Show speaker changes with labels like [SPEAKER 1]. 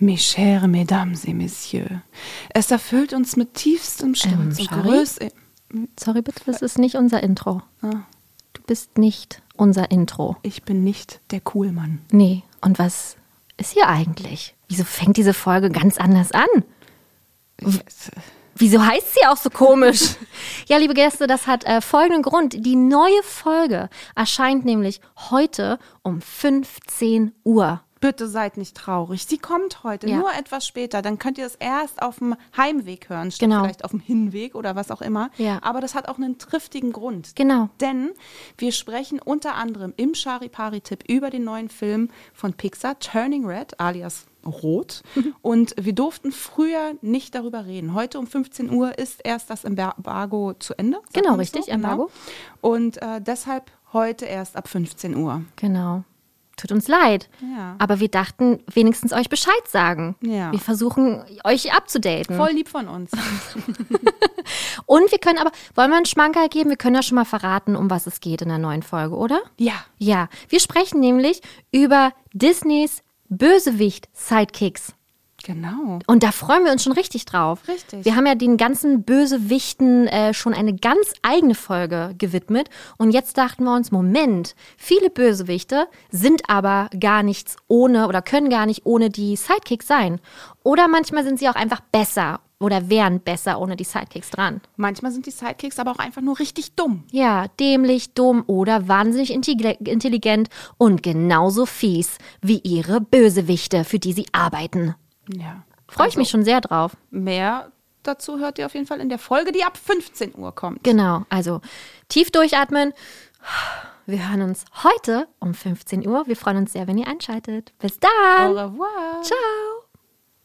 [SPEAKER 1] Mes chères Mesdames et Messieurs, es erfüllt uns mit tiefstem Stolz
[SPEAKER 2] Ähm,
[SPEAKER 1] und
[SPEAKER 2] Shari?
[SPEAKER 1] Größe.
[SPEAKER 2] Sorry bitte, das ist nicht unser Intro.
[SPEAKER 1] Ah,
[SPEAKER 2] Du bist nicht unser Intro.
[SPEAKER 1] ich bin nicht der Coolmann.
[SPEAKER 2] Nee, und was ist hier eigentlich? Wieso fängt diese Folge ganz anders an?
[SPEAKER 1] Ich,
[SPEAKER 2] Wieso heißt sie auch so komisch? ja, liebe Gäste, das hat äh, folgenden Grund. Die neue Folge erscheint nämlich heute um 15 Uhr.
[SPEAKER 1] bitte seid nicht traurig. Sie kommt heute,
[SPEAKER 2] Ja.
[SPEAKER 1] nur etwas später. Dann könnt ihr es erst auf dem Heimweg hören, statt
[SPEAKER 2] Genau.
[SPEAKER 1] vielleicht auf dem Hinweg oder was auch immer.
[SPEAKER 2] Ja.
[SPEAKER 1] Aber das hat auch einen triftigen Grund.
[SPEAKER 2] Genau.
[SPEAKER 1] Denn wir sprechen unter anderem im Schari-Pari-Tipp über den neuen Film von Pixar, Turning Red, alias Rot. Und wir durften früher nicht darüber reden. Heute um 15 Uhr ist erst das Embargo zu Ende. sagt
[SPEAKER 2] Genau,
[SPEAKER 1] man das
[SPEAKER 2] richtig, Embargo.
[SPEAKER 1] Genau. Und äh, deshalb heute erst ab 15 Uhr.
[SPEAKER 2] Genau. Tut uns leid.
[SPEAKER 1] Ja.
[SPEAKER 2] Aber wir dachten, wenigstens euch Bescheid sagen.
[SPEAKER 1] Ja.
[SPEAKER 2] Wir versuchen, euch abzudaten.
[SPEAKER 1] Voll lieb von uns.
[SPEAKER 2] Und wir können aber, wollen wir einen Schmankerl geben? Wir können ja schon mal verraten, um was es geht in der neuen Folge, oder?
[SPEAKER 1] ja.
[SPEAKER 2] Ja, wir sprechen nämlich über Disneys Bösewicht-Sidekicks.
[SPEAKER 1] Genau.
[SPEAKER 2] Und da freuen wir uns schon richtig drauf.
[SPEAKER 1] Richtig.
[SPEAKER 2] Wir haben ja den ganzen Bösewichten äh, schon eine ganz eigene Folge gewidmet. Und jetzt dachten wir uns, Moment, viele Bösewichte sind aber gar nichts ohne oder können gar nicht ohne die Sidekicks sein. Oder manchmal sind sie auch einfach besser oder wären besser ohne die Sidekicks dran.
[SPEAKER 1] Manchmal sind die Sidekicks aber auch einfach nur richtig dumm.
[SPEAKER 2] Ja, dämlich, dumm oder wahnsinnig intelli- intelligent und genauso fies wie ihre Bösewichte, für die sie arbeiten.
[SPEAKER 1] Ja.
[SPEAKER 2] Freue ich
[SPEAKER 1] Also.
[SPEAKER 2] mich schon sehr drauf.
[SPEAKER 1] Mehr dazu hört ihr auf jeden Fall in der Folge, die ab 15 Uhr kommt.
[SPEAKER 2] Genau, also tief durchatmen. Wir hören uns heute um 15 Uhr. Wir freuen uns sehr, wenn ihr einschaltet. Bis
[SPEAKER 1] Au
[SPEAKER 2] dann.
[SPEAKER 1] revoir.
[SPEAKER 2] Ciao.